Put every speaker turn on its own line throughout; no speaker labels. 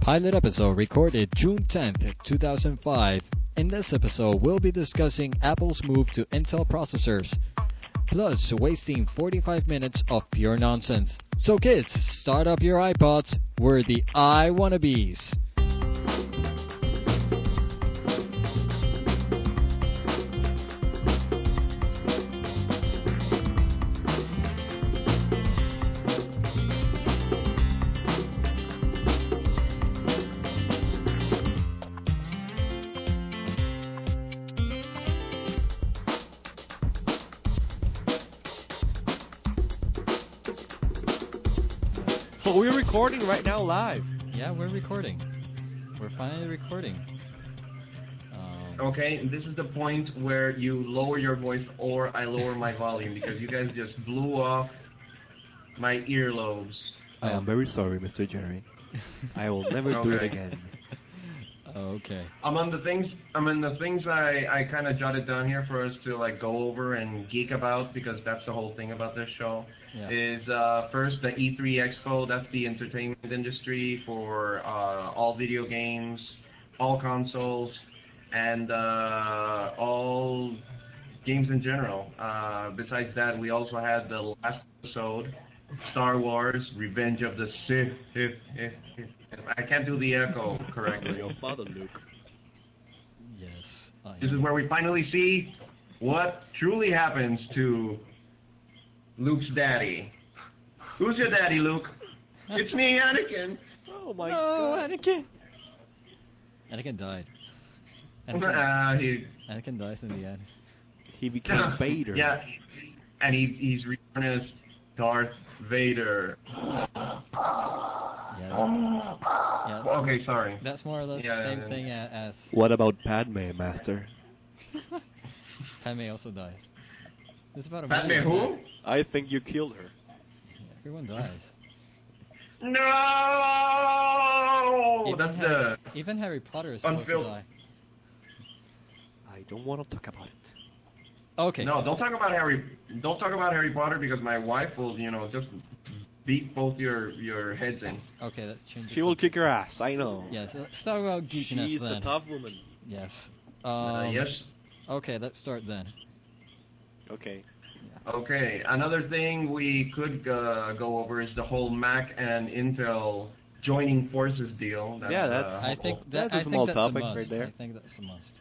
Pilot episode recorded June 10th, 2005. In this episode, we'll be discussing Apple's move to Intel processors, plus wasting 45 minutes of pure nonsense. So, kids, start up your iPods. We're the I Wannabes.
But we're recording right now live.
Yeah, we're recording. We're finally recording. Um,
Okay, this is the point where you lower your voice or I lower my volume because you guys just blew off my earlobes.
I am very sorry, Mr. Jerry. I will never do it
Okay.
again.
okay.
Among the things, among the things I, I kind of jotted down here for us to like go over and geek about because that's the whole thing about this show
Yeah.
is uh, first the E3 Expo. That's the entertainment industry for uh, all video games, all consoles, and uh, all games in general. Uh, besides that, we also had the last episode, Star Wars: Revenge of the Sith. I can't do the echo correctly.
father, Luke.
Yes. I
This is
am.
where we finally see what truly happens to Luke's daddy. Who's your daddy, Luke? It's me, Anakin.
Oh my god.
Anakin. Anakin died. Anakin,
Uh, he,
Anakin dies in the end.
He became Vader.
Yeah, and he, he's reborn as Darth Vader.
Yeah. that- yeah that's,
Okay, sorry.
that's more or less
Oh. Yeah,
the same
yeah, yeah.
thing a- as
What about Padme, Master?
Padme also dies. It's about a
Padme
million
who?
times.
I think you killed her.
Everyone dies.
Oh, No!
even,
That's
Harry,
the.
even Harry Potter is supposed
unfil-
to die.
I don't want to talk about it.
Okay.
No, don't talk about Harry. Don't talk about Harry Potter because my wife will, you know, just beat both your your heads in.
Okay, let's change.
She will kick her ass, I know.
Yes. uh, Let's talk about geekiness then.
woman.
Yes.
Uh,
Um,
yes.
Okay, let's start then.
Okay.
Okay. Another thing we could uh, go over is the whole Mac and Intel joining forces deal.
Yeah, that's-
uh,
I think that
That's a
I think
small
that's
topic
a must.
right there.
I think that's a must.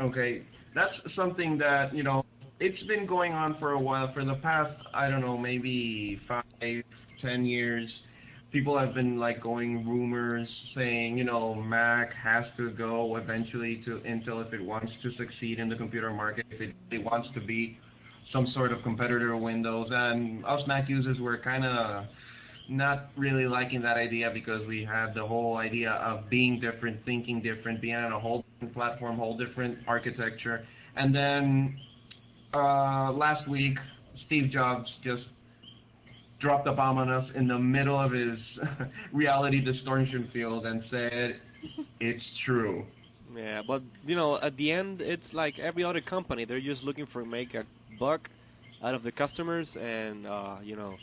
Okay, that's something that you know it's been going on for a while. For the past, I don't know, maybe five, ten years, people have been like going rumors saying you know Mac has to go eventually to Intel if it wants to succeed in the computer market, if it really wants to be some sort of competitor to Windows. And us Mac users were kind of not really liking that idea because we had the whole idea of being different, thinking different, being on a whole different platform, whole different architecture. And then uh, last week, Steve Jobs just dropped a bomb on us in the middle of his reality distortion field and said, "It's true."
Yeah, but you know, at the end, it's like every other company. They're just looking for make a buck out of the customers, and uh, you know,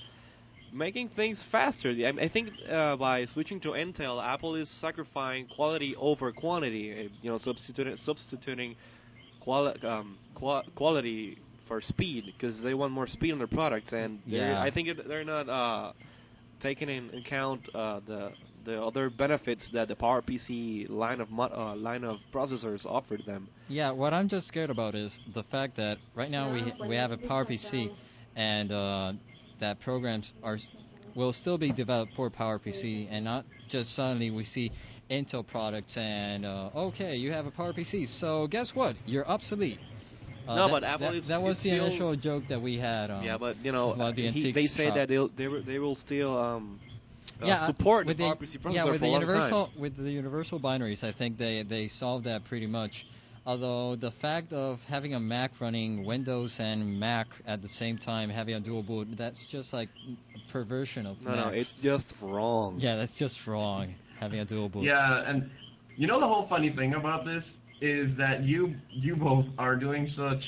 making things faster. I, I think uh, by switching to Intel, Apple is sacrificing quality over quantity. uh, You know, substituting substituting quali- um, qua- quality for speed because they want more speed on their products, and they're-
Yeah.
I think it, they're not uh, taking in account uh, the the other benefits that the PowerPC line of mo- uh, line of processors offered them.
Yeah, what I'm just scared about is the fact that right now we we have a PowerPC, and uh, that programs are s- will still be developed for PowerPC, and not just suddenly we see Intel products and uh, okay, you have a PowerPC, so guess what? You're obsolete. Uh,
No,
that-
but Apple
that,
is-
that was
it's
the
still-
initial joke that we had. Um,
yeah, but you know,
about the
he,
antique
they say
shop.
that they'll, they will- they will still um, uh,
yeah,
support
with
the PowerPC processor
yeah, with
for
the
a long
universal
time.
with the universal binaries. I think they they solved that pretty much. Although the fact of having a Mac running Windows and Mac at the same time, having a dual boot, that's just like a perversion of
No, no,
Macs.
it's just wrong.
yeah, that's just wrong. Having a dual boot.
Yeah, and you know the whole funny thing about this is that you you both are doing such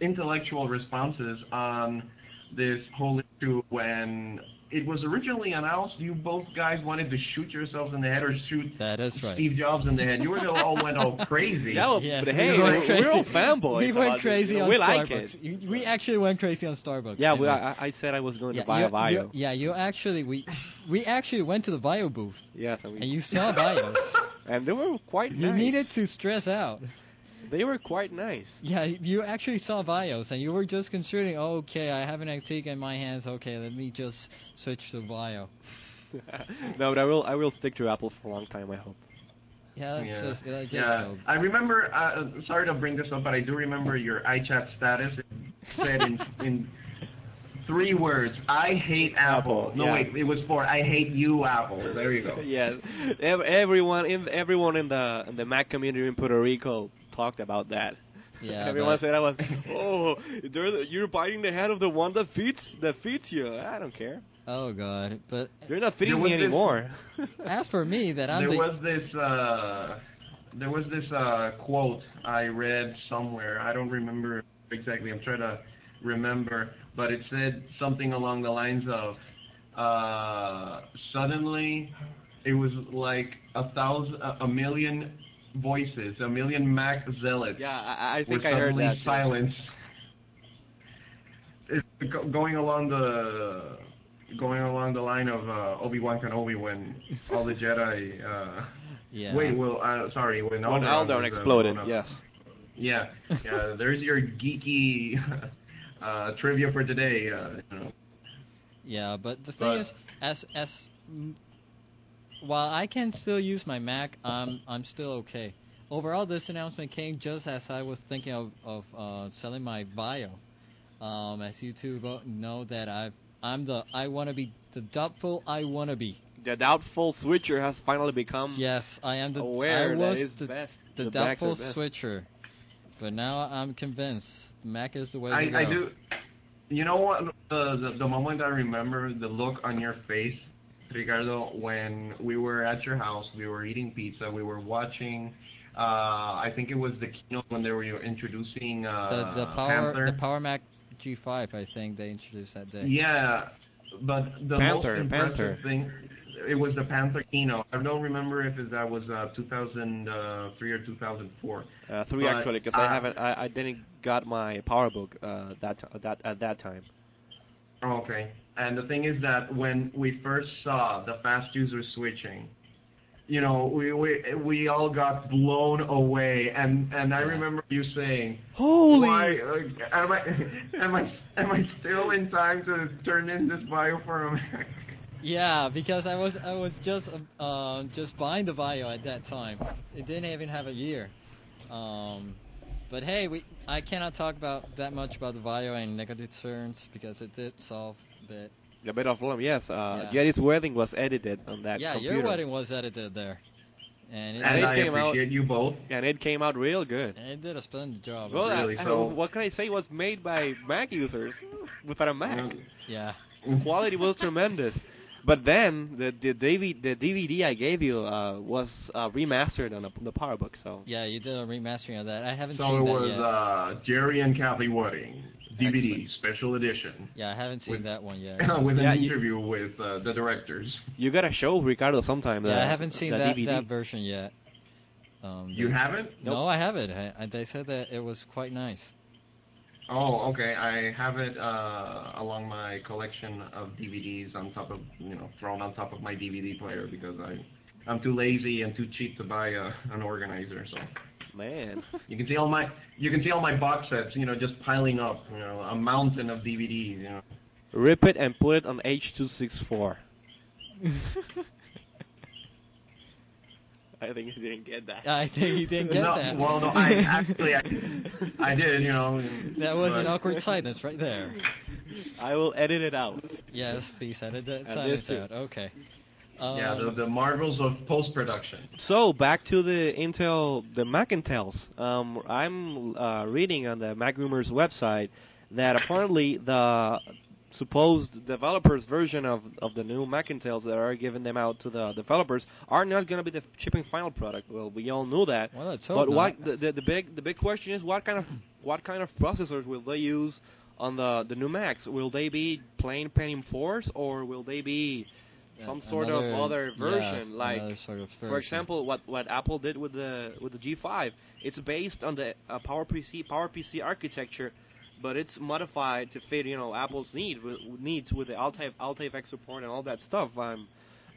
intellectual responses on this whole issue when it was originally announced you both guys wanted to shoot yourselves in the head or shoot
That is right. Oh,
Steve Jobs in the head. You were all went all crazy.
Yeah, well,
Yes,
but
we
hey,
went
we're,
crazy.
we're all fanboys.
We went
about this,
crazy
you know,
on
we like
Starbucks.
it.
You- we actually went crazy on Starbucks.
Yeah,
didn't
well, I, I said I was going
yeah,
to buy
you-
a bio.
you- yeah, you actually we we actually went to the bio booth
Yes, and, we,
and you saw bios.
and they were quite
you
nice.
needed to stress out.
They were quite nice.
Yeah, you actually saw bios and you were just considering, oh, okay, I have an Actica in my hands. Okay, let me just switch to bio.
no, but I will. I will stick to Apple for a long time. I hope.
Yeah, that's
Yeah.
just uh, just
yeah.
so-
I remember. Uh, sorry to bring this up, but I do remember your iChat status it said in, in three words, "I hate Apple."
Apple,
No,
yeah.
wait, it was four. I hate you, Apple. There you go.
yes, Ev- everyone in everyone in the in the Mac community in Puerto Rico talked about that.
Yeah,
everyone
but-
said I was. Oh, they're the, you're biting the head of the one that feeds that feeds you. I don't care.
Oh god, but
You're not
There
feeding
was
me
this-
anymore.
as for me, that I'm
there
the
was this uh, there was this uh, quote I read somewhere. I don't remember exactly. I'm trying to remember, but it said something along the lines of uh, suddenly it was like a thousand, a- a million voices, a million Mac zealots
yeah, I, I
were
think I heard
suddenly
that. too.
silenced. It's go- going along the going along the line of uh, Obi Wan Kenobi when all the Jedi. Uh,
yeah.
Wait, well, uh, sorry, when
When
Alderaan, was,
Alderaan
uh,
exploded.
blown up.
Yes.
Yeah, yeah. There's your geeky uh, trivia for today. Uh, you know.
Yeah, but the thing
But-
is, as as mm, while I can still use my Mac, I'm I'm still okay. Overall, this announcement came just as I was thinking of of uh, selling my bio. Um, as you two bo- know that I've I'm the I want to be the doubtful I want to be.
The doubtful switcher has finally become
Yes, I am the
Um, aware
I
that
was
it's
the,
best.
the
the Macs are
doubtful
best.
switcher, but now I'm convinced Mac is the way to go.
I, I do. You know what? The, the the moment I remember the look on your face, Ricardo, when we were at your house, we were eating pizza, we were watching. Uh, I think it was the keynote when they were introducing
the
uh,
the power
Panther.
the Power Mac G5 I think they introduced that day.
Yeah, but the
Panther,
most impressive
Panther.
thing, it was the Panther keynote. I don't remember if it- that was uh, 2003 or 2004.
Uh, three
But,
actually, because
uh,
I haven't, I, I didn't got my PowerBook uh, that t- that at that time.
Okay. And the thing is that when we first saw the fast user switching, you know, we we we all got blown away, and and I
Yeah.
remember you saying,
Holy!
"Why uh, am I am I am I still in time to turn in this bio for a Mac?"
Yeah, because I was I was just um, um just buying the bio at that time. It didn't even have a year. Um, but hey, we I cannot talk about that much about the bio and negative terms because it did solve a bit.
A bit of love, yes. Uh,
Yeah.
Yeti's wedding was edited on that
yeah,
computer.
your wedding was edited there, and it,
And
did-
I
came out-
appreciate you both.
and it came out real good.
and it did a splendid job.
Well, I-
Really,
I-
so-
what can I say? It was made by Mac users without a
Uh,
Mac.
yeah,
Quality was tremendous. But then the the DVD, the DVD I gave you uh, was uh, remastered on the, the PowerBook, so
yeah, you did a remastering of that. I haven't
So
seen
it
that
was
yet.
uh, Jerry and Kathy Wooding, DVD special edition,
yeah, I haven't seen
with-
that one yet.
with an
Yeah, you-
interview with uh, the directors.
you gotta show Ricardo sometime.
yeah,
the,
I haven't seen
the
that
DVD.
that version yet. Um,
You
the-
haven't?
No, I haven't. I, I, they said that it was quite nice.
Oh, okay. I have it uh, along my collection of DVDs on top of you know thrown on top of my DVD player because I I'm too lazy and too cheap to buy a, an organizer. So
Man.
you can see all my you can see all my box sets you know just piling up you know a mountain of DVDs you know.
Rip it and put it on H264. I think you didn't get that.
I think you didn't get
No,
that.
well, no, I actually I, I did you know.
that was an
but-
awkward silence right there.
I will edit it out.
Yes, please edit that
this
silence
too.
out. Okay. Um,
Yeah, the, the marvels of post production.
So back to the Intel, the Macintels. Um, I'm uh, reading on the Mac Rumors website that apparently the supposed developers version of, of the new Macintels that are giving them out to the developers are not going to be the shipping final product. Well, we all knew that.
Well, let's hope
But
not.
what the, the, the big the big question is what kind of what kind of processors will they use on the the new Macs, will they be plain Pentium fours or will they be some sort of other version like for example what what Apple did with the with the G5 it's based on the uh, PowerPC PowerPC architecture but it's modified to fit you know Apple's need with, needs with the Altair Altair X support and all that stuff um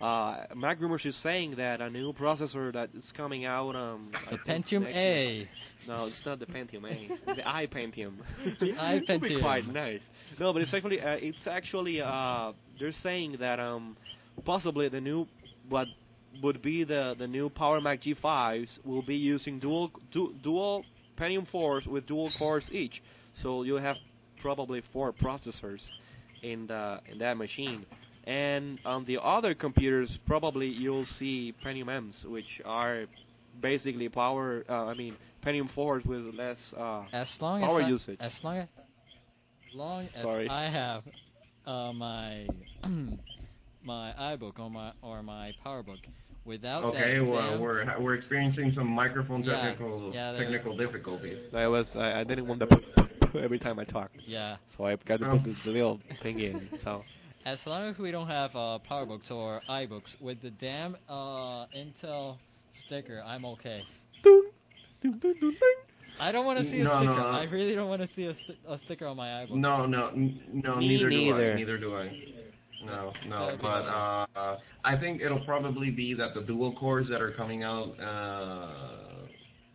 uh, Mac Rumors is saying that a new processor that is coming out um I
the
think
Pentium
next year-
A.
no, it's not the Pentium A. the i Pentium.
The i
It'll be
Pentium.
quite nice. No, but it's actually uh, it's actually uh, they're saying that um possibly the new what would be the the new Power Mac G5s will be using dual du- dual Pentium 4s with dual cores each. So you'll have probably four processors in the in that machine. And on the other computers, probably you'll see Pentium M's, which are basically power. Uh, I mean, Pentium fours with less. Uh,
As long
Power
as I,
usage.
As long as, long as
Sorry.
I have uh, my my iBook or my or my PowerBook without
Okay,
that
well,
damn-
we're we're experiencing some microphone
Yeah,
technical
yeah, there-
technical difficulties.
I was. I, I didn't want to every time I talked,
yeah.
so I got to put
Um.
the, the little thing in. So
As long as we don't have uh, PowerBooks or iBooks with the damn uh, Intel sticker, I'm okay. I don't want to see a
No, no,
sticker.
no.
I really don't want to see a, s- a sticker on my iBook.
No, no, n- no,
Me
neither, do
neither.
I. Neither do I. No, no,
That'd be
but uh, uh, I think it'll probably be that the dual cores that are coming out, uh,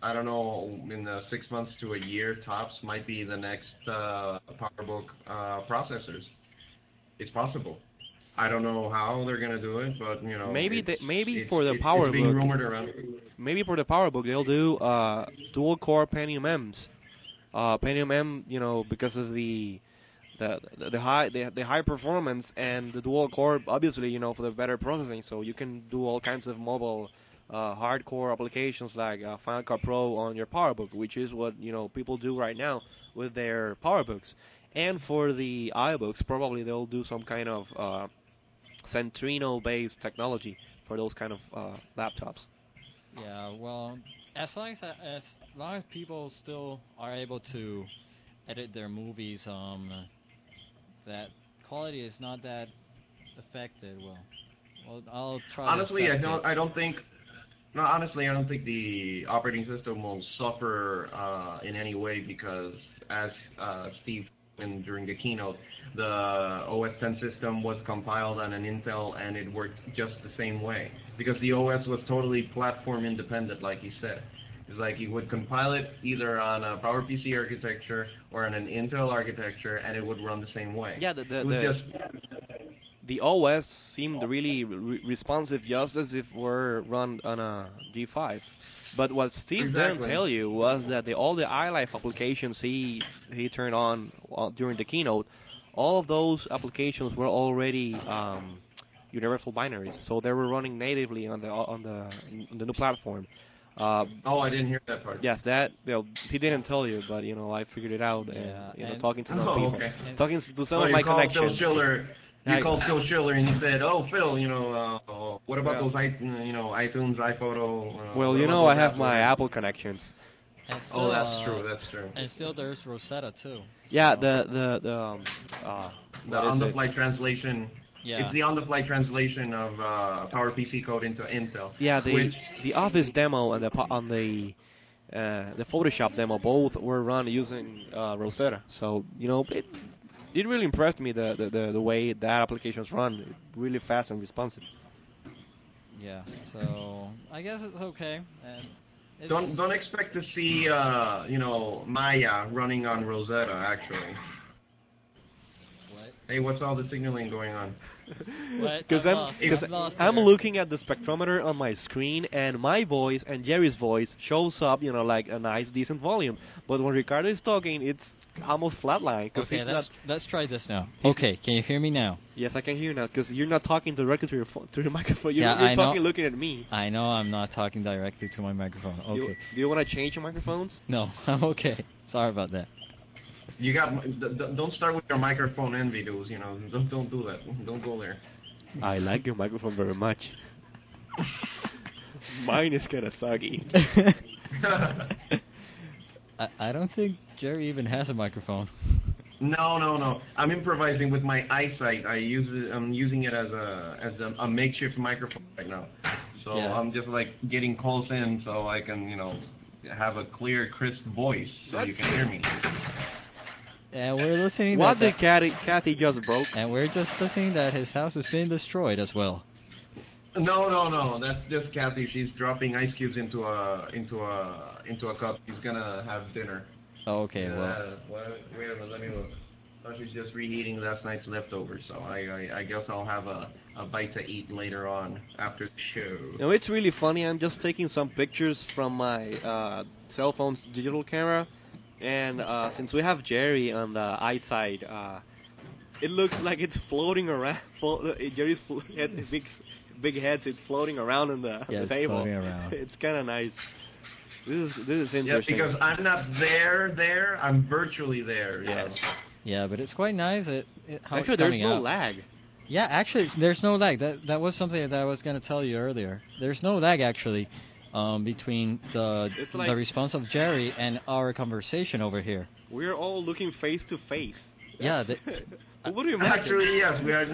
I don't know, in the six months to a year tops, might be the next uh, PowerBook uh, processors. It's possible. I don't know how they're gonna do Oh, it, but you know,
Maybe
it's-
they- maybe
it-
for the
it-
PowerBook.
It's being rumored around.
maybe for the PowerBook they'll do uh, dual core Pentium M's. Uh, Pentium M, you know, because of the the the, the high the, the high performance and the dual core, obviously, you know, for the better processing. So you can do all kinds of mobile. Uh, hardcore applications like uh, Final Cut Pro on your PowerBook, which is what you know people do right now with their PowerBooks, and for the iBooks, probably they'll do some kind of uh, Centrino-based technology for those kind of uh, laptops.
Yeah, well, as long as as long as people still are able to edit their movies, um, that quality is not that affected. Well, well, I'll try.
honestly,
to
I
accept
don't.
It.
I don't think. No, honestly, I don't think the operating system will suffer uh, in any way because, as uh, Steve mentioned during the keynote, the OS 10 system was compiled on an Intel and it worked just the same way because the OS was totally platform independent, like he said. It's like you would compile it either on a PowerPC architecture or on an Intel architecture, and it would run the same way.
Yeah, the the,
it was
the,
just Oh.
the OS seemed really re- responsive, just as if were run on a G5. But what Steve didn't
Exactly.
tell you was that the, all the iLife applications he he turned on uh, during the keynote, all of those applications were already um, universal binaries, so they were running natively on the on the on the new platform. Uh,
oh, I didn't hear that part.
yes, that you know, he didn't tell you, but you know I figured it out, and
Yeah,
you know
and-
talking to some
Oh,
people,
okay.
talking to some
So
of
you
my
called
connections.
Phil Schiller. You
I-
called Phil Schiller and you said, "Oh, Phil, you know, uh, what about
Yeah.
those i you know iTunes, iPhoto?" Uh,
Well,
what
you
about
know,
those
I have my
Apple-
Apple connections.
And still,
Oh,
uh,
that's true. That's true.
And still, there's Rosetta too.
Yeah, the the the um, uh,
The
what is it?
on-the-fly translation.
Yeah.
It's the on-the-fly translation of uh, PowerPC code into Intel.
Yeah, the
which
the Office demo and the po- on the uh, the Photoshop demo both were run using uh, Rosetta. So you know, it it really impressed me the the, the, the way that applications run, really fast and responsive.
Yeah. So I guess it's okay. And it's,
don't don't expect to see uh, you know Maya running on Rosetta. Actually,
What?
hey, what's all the signaling going on?
What?
Because
I'm
I'm,
lost.
'cause
I'm lost
I'm
there.
looking at the spectrometer on my screen, and my voice and Jerry's voice shows up, you know, like a nice, decent volume. But when Ricardo is talking, it's almost flatline. Cause
Okay,
he's
let's
not,
let's try this now. Okay, can you hear me now?
yes, I can hear you now, because you're not talking directly to your phone, to your microphone. You're,
Yeah,
you're
I know.
talking, looking at me.
I know I'm not talking directly to my microphone.
Do you-
Okay.
do you want to change your microphones?
No, I'm okay. Sorry about that.
You got d- d- don't start with your microphone envy, dudes. You know, don't don't do that. Don't go there.
I like your microphone very much. Mine is kind of soggy.
I, I don't think Jerry even has a microphone.
No, no, no. I'm improvising with my eyesight. I use it, I'm using it as a as a, a makeshift microphone right now. So
Yeah.
I'm just like getting close in so I can, you know, have a clear, crisp voice so
That's-
you can hear me.
And we're listening
What
that,
did Kathy, Kathy just broke?
and we're just listening that his house is being destroyed as well.
No, no, no. That's just Kathy. She's dropping ice cubes into a into a into a cup. She's gonna have dinner.
Okay, well,
Uh, well, wait a minute. Let me look. Oh, she's just reheating last night's leftovers, so I, I I guess I'll have a a bite to eat later on after the show.
No, it's really funny. I'm just taking some pictures from my uh, cell phone's digital camera, and uh, since we have Jerry on the eyesight, uh, it looks like it's floating around. Flo- uh, Jerry's flo- head, big, big head's it's floating around on the,
Yeah,
the
it's
table.
floating around.
it's kind of nice. This is this is
Yeah,
interesting.
because I'm not there, there. I'm virtually there. you
yes.
know.
yeah, but it's quite nice. It, it, how
Actually,
it's
there's
coming
no
out.
lag.
Yeah, actually, it's- there's no lag. That that was something that I was gonna tell you earlier. There's no lag actually, um, between the
It's
the
like-
response of Jerry and our conversation over here.
We're all looking face to face.
Yeah,
That's- Who would have imagined?
Actually, yes, we are.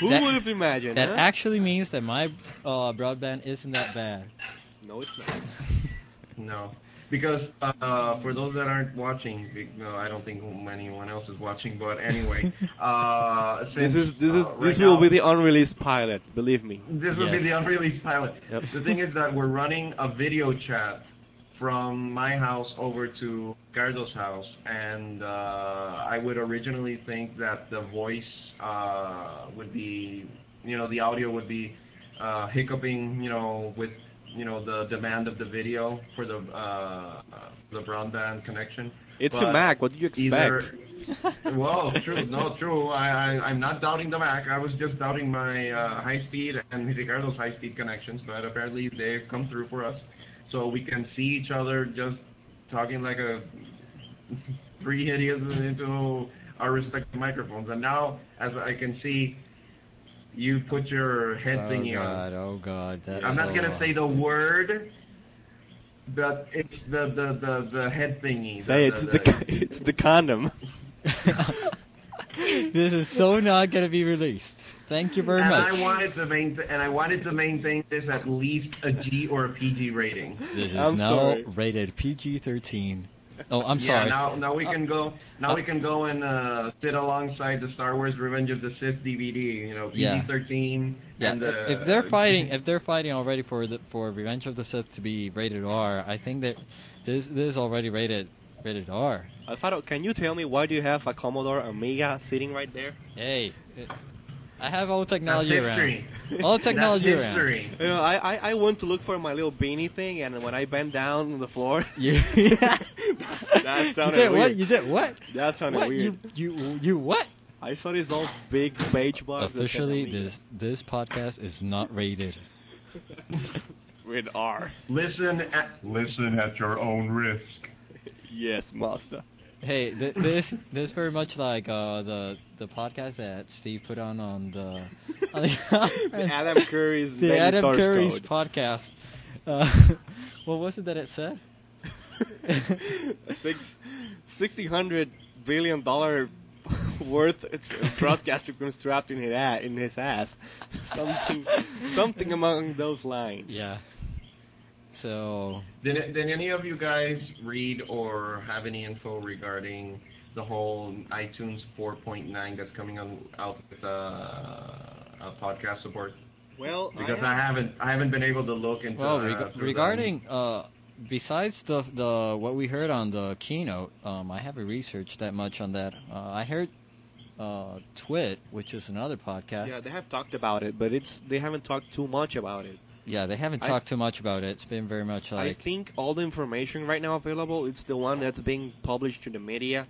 Who
that-
would have imagined?
That
huh?
actually means that my uh, broadband isn't that bad.
no, it's not.
No, because uh, for those that aren't watching, be- no, I don't think anyone else is watching. But anyway, uh,
This
since,
is this is
uh, right
this will
now-
be the unreleased pilot. Believe me.
This will be
Yes.
the unreleased pilot.
Yep.
The thing is that we're running a video chat from my house over to Gardo's house, and uh, I would originally think that the voice uh, would be, you know, the audio would be uh, hiccuping, you know, with, you know, the demand of the video for the uh, the broadband connection.
It's
But
a Mac. What do you expect?
Either, well, true, no, true. I, I, I'm not doubting the Mac. I was just doubting my uh, high speed and Ricardo's high speed connections, but apparently they've come through for us. So we can see each other just talking like a three idiots into our respective microphones. And now, as I can see, you put your head
oh
thingy on.
god, oh god, that's.
I'm
so
not gonna
Oh.
wrong.
say the word, but it's the the the, the head thingy.
Say it's the,
the
it's the condom.
this is so not gonna be released. Thank you very
and
much.
I wanted to maintain, and I wanted to maintain this at least a G or a PG rating.
This is
I'm
now
sorry.
rated PG-13. Oh, I'm
Yeah,
sorry.
now now we can go. Now
uh,
we can go and uh, sit alongside the Star Wars: Revenge of the Sith DVD. You know,
Yeah.
PG thirteen.
Yeah,
and,
i-
uh,
if they're fighting, if they're fighting already for the for Revenge of the Sith to be rated R, I think that this this is already rated rated R.
Alfaro, can you tell me why do you have a Commodore Amiga sitting right there?
Hey, it- I have all
that's
technology around.
history.
All
That's
technology around.
history.
You know, I, I, I went to look for my little beanie thing, and when I bent down on the floor,
You,
That sounded
you did what?
weird.
You did what?
that sounded
what?
weird.
You you you what?
I saw this all big beige box. that said
Officially,
Amiga
this this podcast is not rated.
with R.
Listen at listen at your own risk.
Yes, master.
Hey, th- this this very much like uh, the the podcast that Steve put on on the, on the
The Adam Curry's
the
daily
Adam
source
Curry's
code.
podcast. Uh, what was it that it said?
Six, sixty hundred billion dollar worth broadcaster equipment strapped in his ass. In his ass. Something, something among those lines.
Yeah. So
Did, did any of you guys read or have any info regarding the whole iTunes 4.9 that's coming on, out with uh, uh, podcast support?
Well,
Because
I,
I haven't I haven't been able to look into.
well,
uh,
reg-
through the-
regarding uh, besides the the what we heard on the keynote, um, I haven't researched that much on that. Uh, I heard uh, Twit, which is another podcast.
yeah, they have talked about it, but it's they haven't talked too much about it.
Yeah, they haven't
I-
talked too much about it. It's been very much
I
like
think all the information right now available, it's the one that's being published to the media.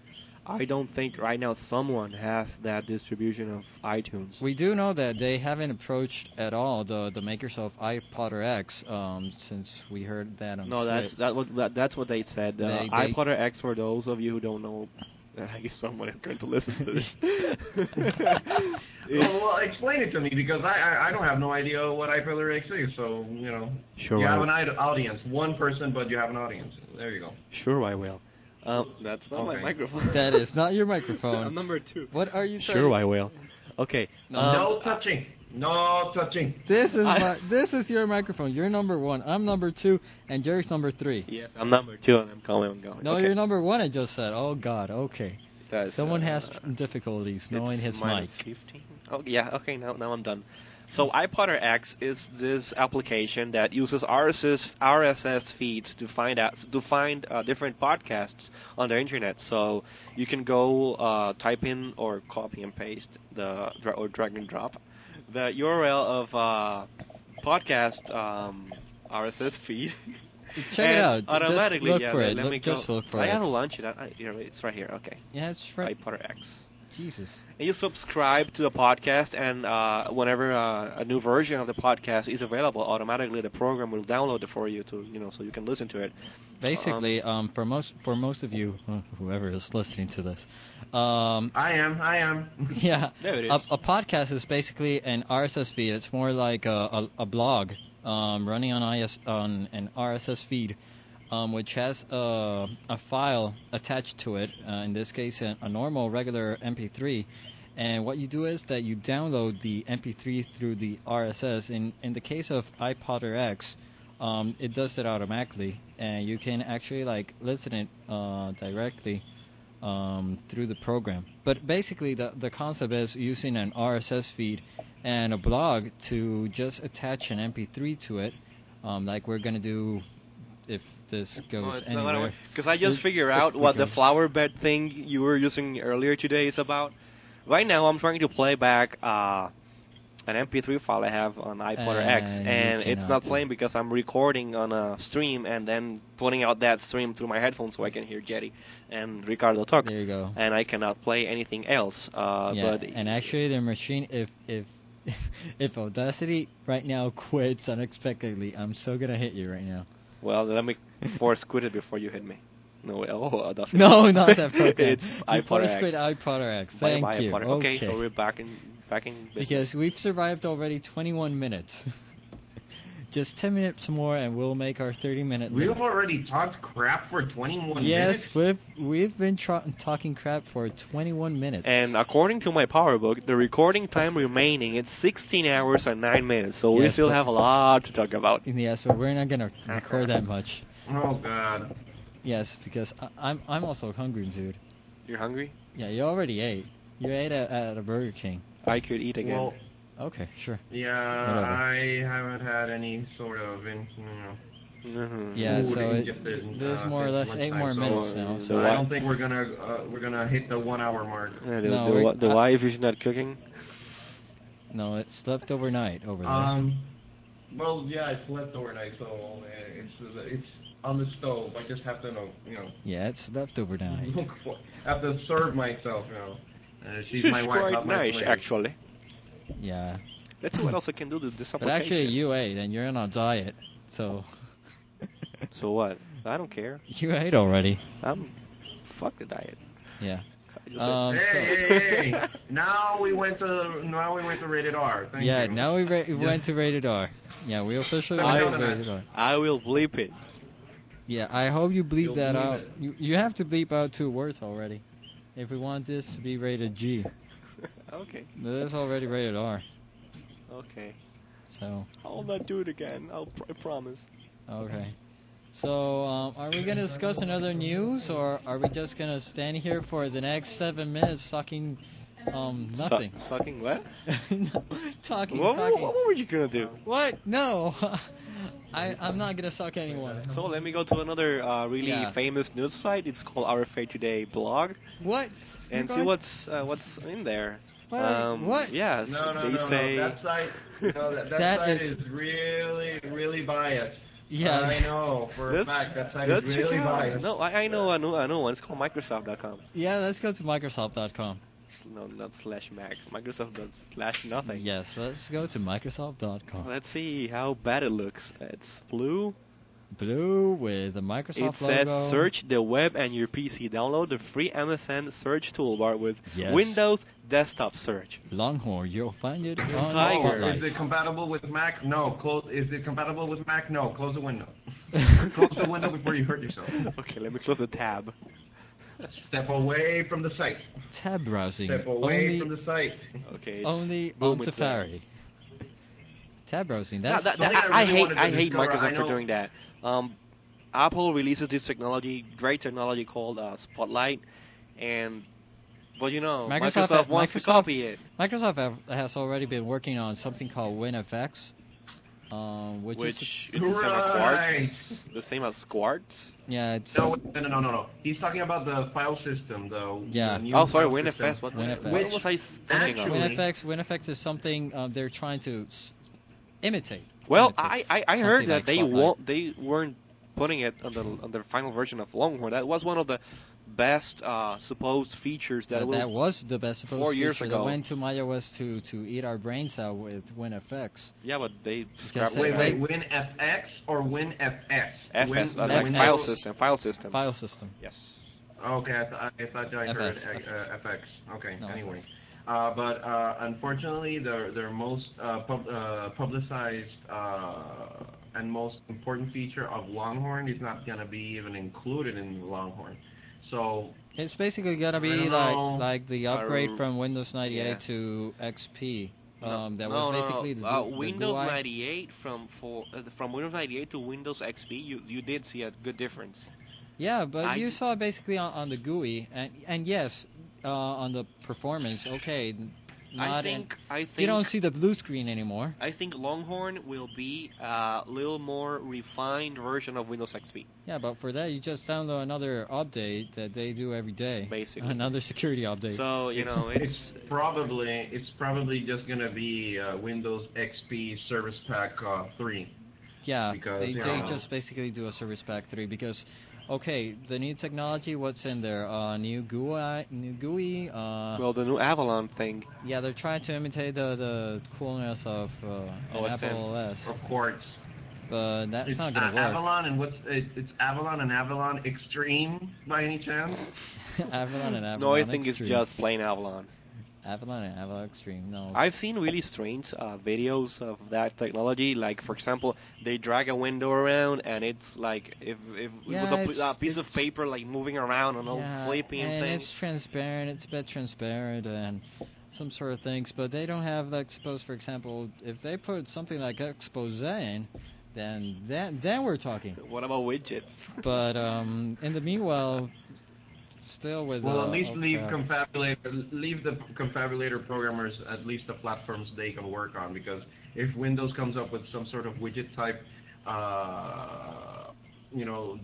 I don't think right now someone has that distribution of iTunes.
we do know that they haven't approached at all the the makers of iPod or X um, since we heard that on
No,
Twit.
that's that what that, that's what they said. Uh,
They- they-
iPod or X for those of you who don't know. I guess someone is going to listen to this.
Well, Oh, well,
It's-
explain it to me because I, I I don't have no idea what iPillary X is. So you know,
sure,
you
I
have
will.
an id- audience, one person, but you have an audience. There you go.
sure I will. Um, that's not my
Okay.
microphone.
That is not your
I'm
microphone.
number two.
What are you?
Sure,
trying-
I will. Okay.
No.
um,
no touching. No touching.
This is
I-
my, this is your microphone. You're number one. I'm number two, and Jerry's number three.
Yes, I'm number two, and I'm calling. I'm going.
No,
okay.
you're number one. I just said. Oh God. Okay.
Guys,
Someone
uh,
has difficulties knowing
it's
his mic.
minus 15. Oh yeah. Okay. Now, now I'm done. So iPotter X is this application that uses RSS RSS feeds to find out to find uh, different podcasts on the internet. So you can go uh, type in or copy and paste the dra- or drag and drop the URL of uh, podcast um, RSS feed.
Check it out. Just
And Automatically,
look
yeah,
for
let-
it.
Let
Look-
me
just
go.
look for
I
it.
gotta launch it. I, I- here, it's right here. Okay,
Yeah, it's right.
iPotter X
Jesus.
and you subscribe to the podcast and uh, whenever uh, a new version of the podcast is available automatically the program will download it for you to you know so you can listen to it
Basically, um, for most for most of you, uh, whoever is listening to this, um,
I am. I am.
yeah,
There it
a,
is.
a podcast is basically an RSS feed. It's more like a, a, a blog um, running on IS on an RSS feed, um, which has a, a file attached to it. Uh, in this case, a, a normal regular MP3. And what you do is that you download the MP3 through the RSS. In in the case of iPodder X, um, it does it automatically, and you can actually like listen it uh, directly um, through the program. But basically, the, the concept is using an RSS feed and a blog to just attach an MP3 to it, um, like we're going to do if
Oh,
this goes anywhere.
because i just
It-
figure
it
out what the
goes.
flower bed thing you were using earlier today is about right now i'm trying to play back uh, an mp3 file i have on iPod x
And Uh, you
and it's
cannot
not
do
playing
it.
because i'm recording on a stream and then putting out that stream through my headphones so i can hear jetty and ricardo talk
There you go.
and I cannot play anything else. Uh,
yeah,
but
and actually, the machine, if if if Audacity right now quits unexpectedly, I'm so gonna hit you right now.
well, let me force quit it before you hit me. No, oh, that's
No, not that program.
it's
You
iPod
force
X.
quit iPodder X.
Bye
Thank
bye,
you.
iPod.
Okay.
so we're back in back in business.
Because we've survived already 21 minutes. Just 10 minutes more, and we'll make our 30 minute.
We've
limit.
already talked crap for 21 minutes.
Yes, we've we've been tra- talking crap for 21 minutes.
and according to my power book, the recording time remaining is 16 hours and 9 minutes. So we
Yes,
still
but-
have a lot to talk about.
yes, but we're not gonna record that much.
Oh God.
Yes, because I, I'm I'm also hungry, dude.
You're hungry?
Yeah, you already ate. You ate at, at a Burger King.
I could eat again.
Well,
Okay, sure.
yeah,
Whatever.
I haven't had any sort of, in, you know.
Mhm.
Yeah,
Ooh,
so
they
it-
just did,
there's
uh,
more or
at
less eight more
lunchtime, so,
minutes
uh,
now. So
The
I
wi-
don't think we're gonna uh, we're gonna hit the one hour mark.
Yeah, the,
No,
the,
we-
wi- the
I-
wife is not cooking.
no, it slept overnight over there.
Um, well, yeah, I slept overnight, so uh, it's it's on the stove. I just have to know, you know,
yeah, it slept overnight.
look for, have to serve myself, you know. Uh, she's
She's
my wife,
quite
not my
nice,
slave.
actually.
Yeah,
Let's see what else I can do to this
but actually
application.
you ate, and you're on a diet, so
So what? I don't care.
you ate already.
I'm fuck the diet.
Yeah.
I just
Um,
Hey,
so-
hey, hey! Now we went to now we went to rated R. Thank
yeah,
you.
now we ra- went to rated R. Yeah, we officially
I
went
don't
to
know.
rated R.
said, I will bleep it.
Yeah, I hope you bleep
You'll
that
bleep
out.
it.
You, you have to bleep out two words already. If we want this to be rated G,
okay,
but that's already rated R.
okay.
So,
I'll not do it again. I'll pr- I promise.
okay. So, um, are we going to discuss another news, or are we just going to stand here for the next seven minutes sucking um,
Su-
nothing?
sucking what?
No, talking,
What, what,
talking.
what were you gonna do?
What? No. I, I'm not going to suck anyone.
So let me go to another uh, really
Yeah.
famous news site. It's called Our Fate Today blog,
What? You're
and see
going-
what's uh, what's in there.
What are you-
Um,
what?
Yeah,
No, no,
they
no,
say.
no. That site, no, that, that,
That
site
is-
is... really, really biased.
Uh,
Yeah.
I know for a
Let's-
fact that site
let's
is
check
really
it out.
biased.
No, Oh, I, I know, I know, I know one. It's called Microsoft.com.
Yeah, let's go to Microsoft.com.
No, not slash Mac. Microsoft dot slash nothing.
Yes, let's go to Microsoft.com.
Let's see how bad it looks. It's blue.
Blue with the Microsoft
it says
logo.
search the web and your PC. Download the free MSN search toolbar with
Yes.
Windows desktop search.
Longhorn. You'll find it on
Tiger.
Oh,
Spotlight.
is it compatible with Mac? No. Close. Is it compatible with Mac? No. Close the window. Close the window before you hurt yourself.
Okay, let me close the tab.
Step away from the site.
Tab browsing
Step away
only
from the site.
Okay. It's
only
boom,
on
it's
Safari. Tab browsing.
there. No,
That's
that-
something
that-
I
I
really
hate
wanted to
I hate
discover. I
Microsoft for
know-
doing that. Um, Apple releases this technology, great technology called uh, Spotlight, and well, you know,
Microsoft-
Microsoft, wants to
Microsoft-
copy it,
Microsoft have, has already been working on something called WinFX, um, which, is
which is the same as Quartz. The same as Quartz.
yeah, it's
No, wait, no, no, no, no, no. He's talking about the file system, though.
Yeah.
The new
Oh, sorry,
file
WinFS.
system.
What, the-
WinFS.
what was I thinking of?
actually-
WinFX. WinFX is something um, they're trying to s- imitate.
Well,
imitate.
I, I, I
Something
heard that
like
they
Spotlight.
won't, they weren't putting it on the on the final version of Longhorn. That was one of the best uh, supposed features that
That,
will.
that was the best supposed
four years
feature
ago.
that went to MyOS to to eat our brains out with WinFX.
yeah, but they scrapped
that
Wait,
that.
right?
wait. WinFX or WinFX?
FS, uh,
Win-
like
Win-
file
Windows-
system, file system.
File system.
Yes.
Oh, Okay, I, th- I thought I heard
FS,
uh,
FS.
Uh, FX. Okay,
No,
anyway.
FS.
Uh, but uh, unfortunately, their their most uh, pub, uh, publicized uh, and most important feature of Longhorn is not going to be even included in Longhorn. So
It's basically gonna
I
be
don't
like
know.
like the upgrade
Our-
from Windows 98
yeah.
to XP. Um, that
no,
was
no,
basically
no.
the,
uh,
glu- the
Windows
GUI.
98 from for uh, from Windows 98 to Windows XP. You you did see a good difference.
Yeah, but
I-
you saw basically on, on the GUI and and yes, uh, on the performance. Okay, n- not
I
in-
think I think
you don't see the blue screen anymore.
I think Longhorn will be a little more refined version of Windows XP.
Yeah, but for that you just download another update that they do every day.
Basically.
another security update.
So you know it's
probably it's probably just going to be uh, Windows XP Service Pack uh, three.
Yeah,
because,
they,
you
they
know-
just basically do a service pack three because, okay, the new technology, what's in there? Uh, new GUI, new GUI. Uh,
well the new Avalon thing.
yeah, they're trying to imitate the the coolness of uh, an
OS X.
Apple OS,
Of course,
but that's
it's
not gonna
A-
work.
Avalon and what's it, it's Avalon and Avalon Extreme by any chance?
Avalon and Avalon
no, I think
Extreme.
it's just plain Avalon.
Avalon and Avalon Extreme. No,
I've seen really strange uh, videos of that technology. Like, for example, they drag a window around, and it's like if, if it was
Yeah,
a, p-
it's-
a piece of
it's-
paper like moving around and all
yeah,
flipping
and
things.
it's transparent. It's a bit transparent and some sort of things, but they don't have like suppose for example, if they put something like expose in, then that then we're talking.
What about widgets?
But um, in the meanwhile, still with
Well,
uh,
at least
Alt
leave
Tab.
confabulator, leave the confabulator programmers at least the platforms they can work on. Because if Windows comes up with some sort of widget type, uh, you know,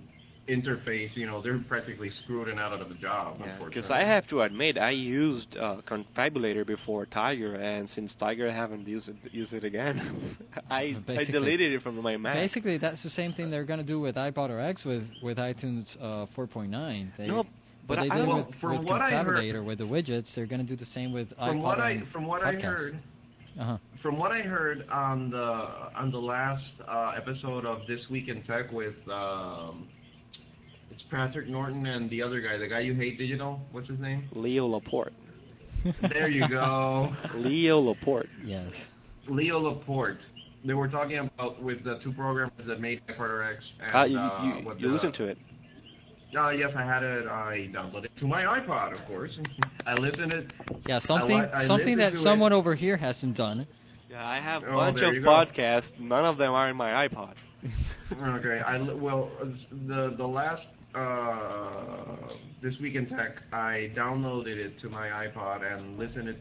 interface, you know, they're practically screwed and out of the job.
because
unfortunately.
I have to admit, I used uh, Confabulator before Tiger, and since Tiger, I haven't used it, used it again. I, I
Basically-
deleted it from my Mac.
Basically, that's the same thing they're gonna do with iPod or X with with iTunes uh, 4.9. They,
No,
what
but
they
I-
did
Well,
with,
from
with
what I heard-
Confabulator with the widgets, they're gonna do the same with
from
iPod
what I
and
from what
podcast.
I heard,
Uh-huh.
from what I heard on the on the last uh, episode of This Week in Tech with um, it's Patrick Norton and the other guy, the guy you hate digital. What's his name?
Leo Laporte.
There you go.
Leo Laporte.
Yes.
Leo Laporte. They were talking about with the two programmers that made HyperX and
Ah, you
uh,
you,
what
you
the,
listen to it.
Uh, yes, I had it. I downloaded it to my iPod, of course. I listened it.
Yeah, something
I
something
listened
that
to it.
someone over here hasn't done.
Yeah, I have a
Oh,
bunch
there
of
you go.
podcasts. None of them are in my iPod.
Okay. I li- well the the last uh, this week in tech, I downloaded it to my iPod and listened it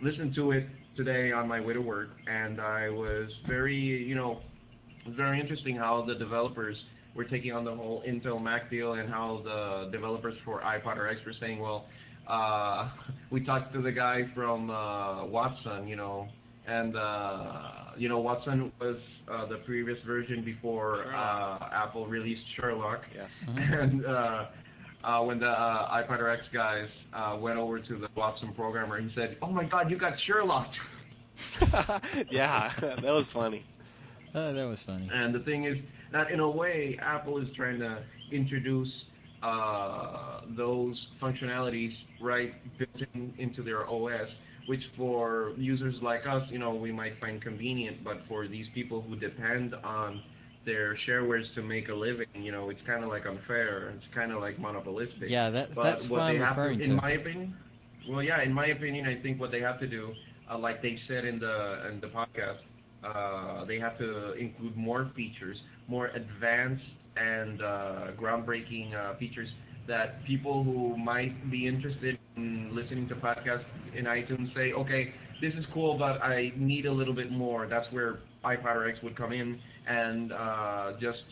listened to it today on my way to work, and I was very you know it was very interesting how the developers were taking on the whole Intel Mac deal and how the developers for iPod or X were saying, well, uh, we talked to the guy from uh, Watson, you know, and uh, you know Watson was uh, the previous version before uh,
Sherlock.
Apple released Sherlock,
Yes.
and uh, uh, when the uh, iPod or X guys uh, went over to the Watson programmer, he said, oh my God, you got Sherlock.
yeah, that was funny.
Uh, that was funny.
And the thing is that in a way, Apple is trying to introduce uh, those functionalities right built in, into their OS, which for users like us, you know, we might find convenient, but for these people who depend on their sharewares to make a living. You know, it's kind of like unfair. It's kind of like monopolistic.
Yeah, that,
But
that's
what
what I'm
they have to-
referring to.
In my opinion, well, yeah, in my opinion, I think what they have to do, uh, like they said in the in the podcast, uh, they have to include more features, more advanced and uh, groundbreaking uh, features that people who might be interested in listening to podcasts in iTunes say, okay, this is cool, but I need a little bit more. That's where iPod or X would come in and uh, just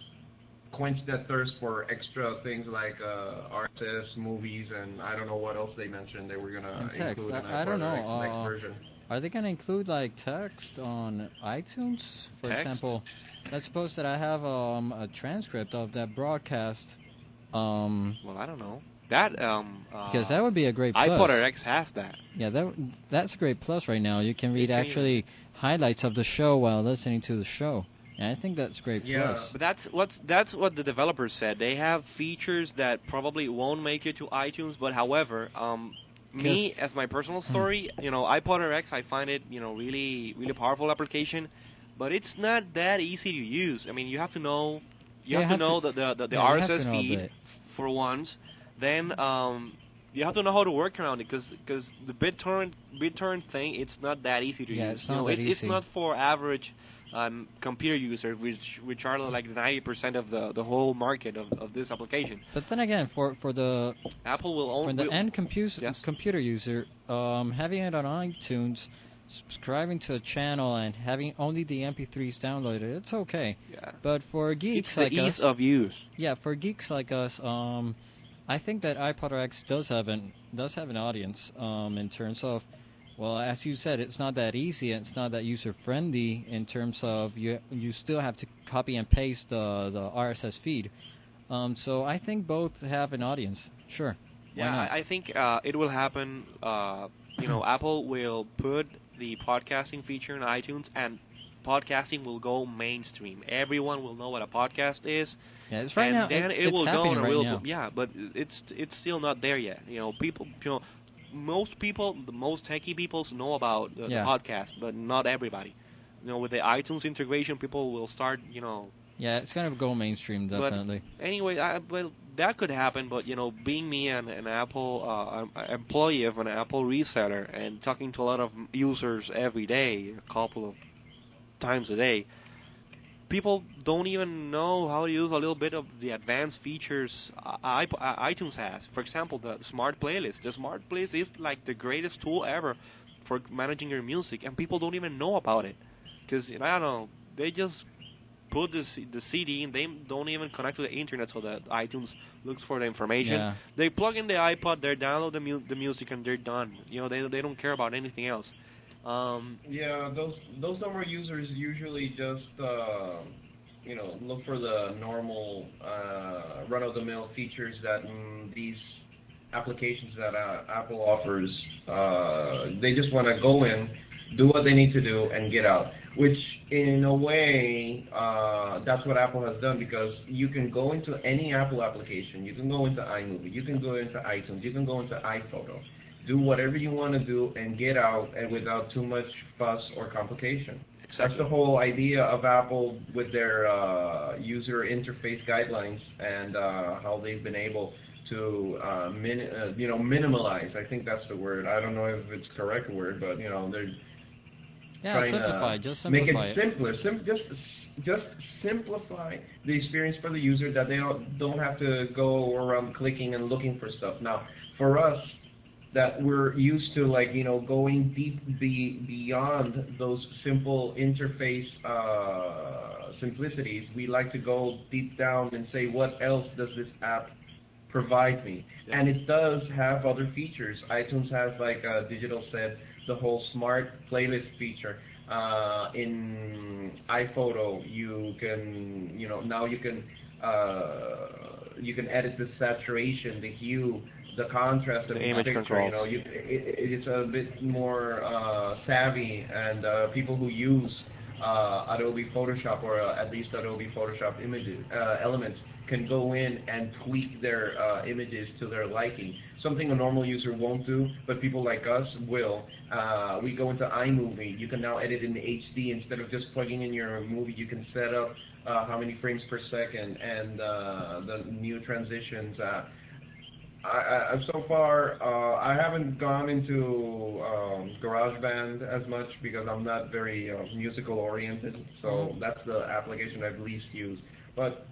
quench that thirst for extra things like uh, RSS movies and I don't know what else they mentioned they were gonna
And text.
include in
I- I don't
iPod
know,
next,
uh,
next version.
Are they gonna include like text on iTunes? For
Text?
example, let's suppose that I have um, a transcript of that broadcast, um,
Well, I don't know. That um. Uh,
because that would be a great plus.
iPod or X has that.
Yeah, that that's a great plus right now. You can read
can even-
actually highlights of the show while listening to the show, and I think that's great
Yeah.
plus.
But that's what's that's what the developers said. They have features that probably won't make it to iTunes, but however, um, me as my personal
Hmm.
story, you know, iPod RX, I find it you know really really powerful application, but it's not that easy to use. I mean, you have to know you
Yeah,
have,
you
to know
have
the the, the, the
yeah, you have to
RSS
know a
feed
bit.
f- for once. Then um, you have to know how to work around it because the BitTorrent BitTorrent thing it's not that easy to
Yeah,
use.
it's
you
not
know,
that
it's it's
easy.
not for average um, computer user, which which are like 90% of the, the whole market of, of this application.
But then again, for for the
Apple will own
for the
will-
end computer
Yes.
computer user, um, having it on iTunes, subscribing to a channel, and having only the MP3s downloaded, it's okay.
Yeah.
But for geeks
It's
like
the
us,
ease of use.
yeah, for geeks like us, um, I think that iPod X does have an does have an audience um, in terms of, well, as you said, it's not that easy. It's not that user friendly in terms of you you still have to copy and paste the the RSS feed. Um, so I think both have an audience. Sure. Why
Yeah,
not?
I, I think uh, it will happen. Uh, you know, Apple will put the podcasting feature in iTunes, and podcasting will go mainstream. Everyone will know what a podcast is.
Yeah, it's right
and
now.
then
it's,
it
it's
will go
happening
on a
right
real
now.
yeah but it's it's still not there yet you know people you know most people the most techie people know about uh,
Yeah.
the podcast but not everybody you know with the itunes integration people will start you know
Yeah, it's gonna go mainstream
But-
definitely.
anyway I, well that could happen but you know being me an, an apple uh, an- an employee of an apple reseller and talking to a lot of users every day a couple of times a day people don't even know how to use a little bit of the advanced features uh, i- i- iTunes has. For example, the smart playlist. The smart playlist is like the greatest tool ever for managing your music, and people don't even know about it because I don't know. They just put the C- the CD and they don't even connect to the internet, so that iTunes looks for the information.
Yeah.
They plug in the iPod, they download the, mu- the music, and they're done. You know, they they don't care about anything else. Um,
Yeah, those those number users usually just uh, you know look for the normal uh, run of the mill features that mm, these applications that uh, Apple offers. Uh, they just want to go in, do what they need to do, and get out. Which in a way, uh, that's what Apple has done because you can go into any Apple application. You can go into iMovie. You can go into iTunes. You can go into iPhoto do whatever you want to do and get out and without too much fuss or complication. That's the whole idea of Apple with their uh, user interface guidelines and uh, how they've been able to uh, min- uh, you know minimalize. I think that's the word. I don't know if it's correct word, but you know they're
Yeah,
trying
simplify.
to
Just
uh, make it
simplify it.
simpler. Sim- just just simplify the experience for the user that they don't don't have to go around clicking and looking for stuff. Now, for us that we're used to like you know going deep be, beyond those simple interface uh, simplicities we like to go deep down and say what else does this app provide me
Yeah.
and it does have other features itunes has like uh, digital said the whole smart playlist feature uh, in iPhoto, you can, you know, now you can, uh, you can edit the saturation, the hue, the contrast of
The
the
image
picture.
controls.
You know, you, it, it- it's a bit more uh, savvy, and uh, people who use uh, Adobe Photoshop or uh, at least Adobe Photoshop images uh, elements can go in and tweak their uh, images to their liking. something a normal user won't do, but people like us will. Uh, we go into iMovie. You can now edit in HD instead of just plugging in your movie. You can set up uh, how many frames per second and uh, the new transitions. Uh, I, I, I've so far, uh, I haven't gone into um, GarageBand as much because I'm not very uh, musical oriented. So
Mhm.
that's the application I've least used. But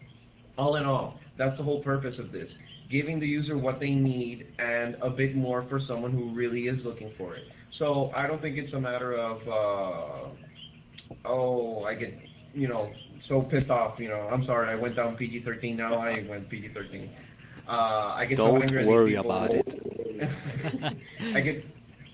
all in all, that's the whole purpose of this giving the user what they need and a bit more for someone who really is looking for it. So I don't think it's a matter of, uh, oh, I get, you know, so pissed off, you know, I'm sorry, I went down PG 13, now I went PG 13. Uh, I get so
Don't
angry at these
worry
people.
about it.
I get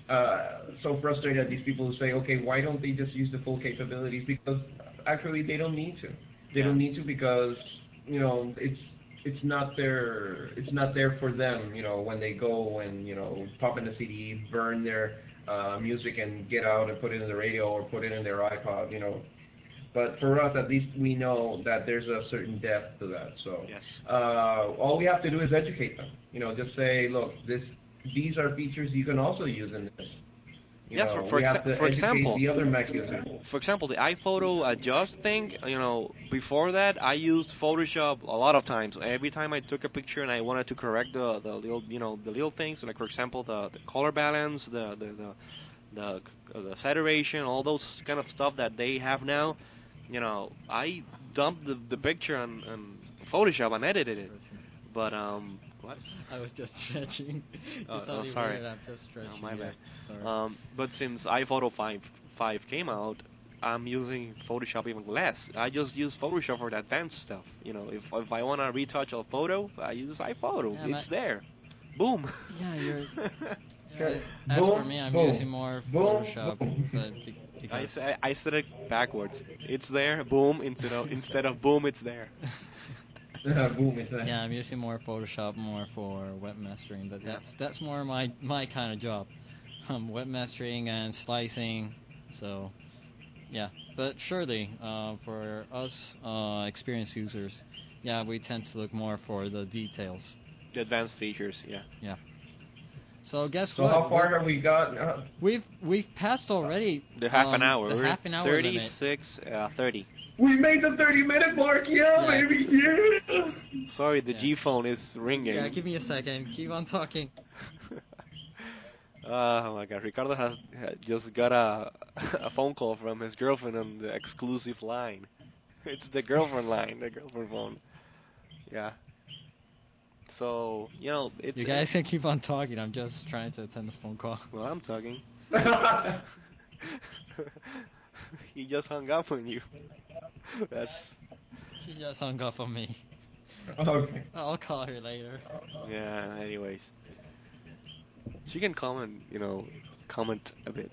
uh, so frustrated at these people who say, okay, why don't they just use the full capabilities? Because actually, they don't need to. They don't need to because you know it's it's not there it's not there for them. You know when they go and you know pop in the CD, burn their uh, music, and get out and put it in the radio or put it in their iPod. You know. But for us, at least we know that there's a certain depth to that. So
Yes.
uh, all we have to do is educate them. You know, just say, look, this, these are features you can also use in this. You
Yes,
know,
for- for
we have
exa-
to
for
educate
example.
the other Mac user.
For example, the iPhoto adjust thing, you know, before that I used Photoshop a lot of times. Every time I took a picture and I wanted to correct the, the little, you know, the little things, like for example, the, the color balance, the the, the the the saturation, all those kind of stuff that they have now, you know, I dumped the, the picture on, on Photoshop and edited it. But um, what?
I was just stretching. You
Oh,
sound
oh,
even
sorry.
weird, I'm just stretching.
Oh, my
yeah.
bad.
Sorry.
Um, but since iPhoto 5 5 came out, I'm using Photoshop even less. I just use Photoshop for the advanced stuff. You know, if if I want to retouch a photo, I use iPhoto.
Yeah,
it's
but-
there. Boom.
Yeah, you're-
Sure.
Uh, As for
Boom,
me, I'm
boom.
using more
Boom,
Photoshop,
boom.
but be-
I,
because
sa- I said it backwards. It's there. Boom. Instead of instead of boom, it's there.
Boom, it's that.
yeah, I'm using more Photoshop more for web mastering, but that's that's more my my kind of job, um, web mastering and slicing. So, yeah, but surely uh, for us uh, experienced users, yeah, we tend to look more for the details.
The advanced features. Yeah.
So guess
So
what?
how far have we gotten? Uh,
We've we've passed already.
The half an
um,
hour.
The
We're
half an hour limit.
36, uh, 30.
we made the 30 minute mark, yeah,
Yeah.
baby, yeah.
Sorry, the
Yeah.
G phone is ringing.
Yeah, give me a second. Keep on talking.
Oh my god, Ricardo has ha- just got a a phone call from his girlfriend on the exclusive line. It's the girlfriend line, the girlfriend phone. Yeah. So you know, it's
you guys can keep on talking. I'm just trying to attend the phone call.
well, I'm talking. he just hung up on you. That's
She just hung up on me.
okay.
I'll call her later.
yeah. Anyways, she can comment, you know, comment a bit.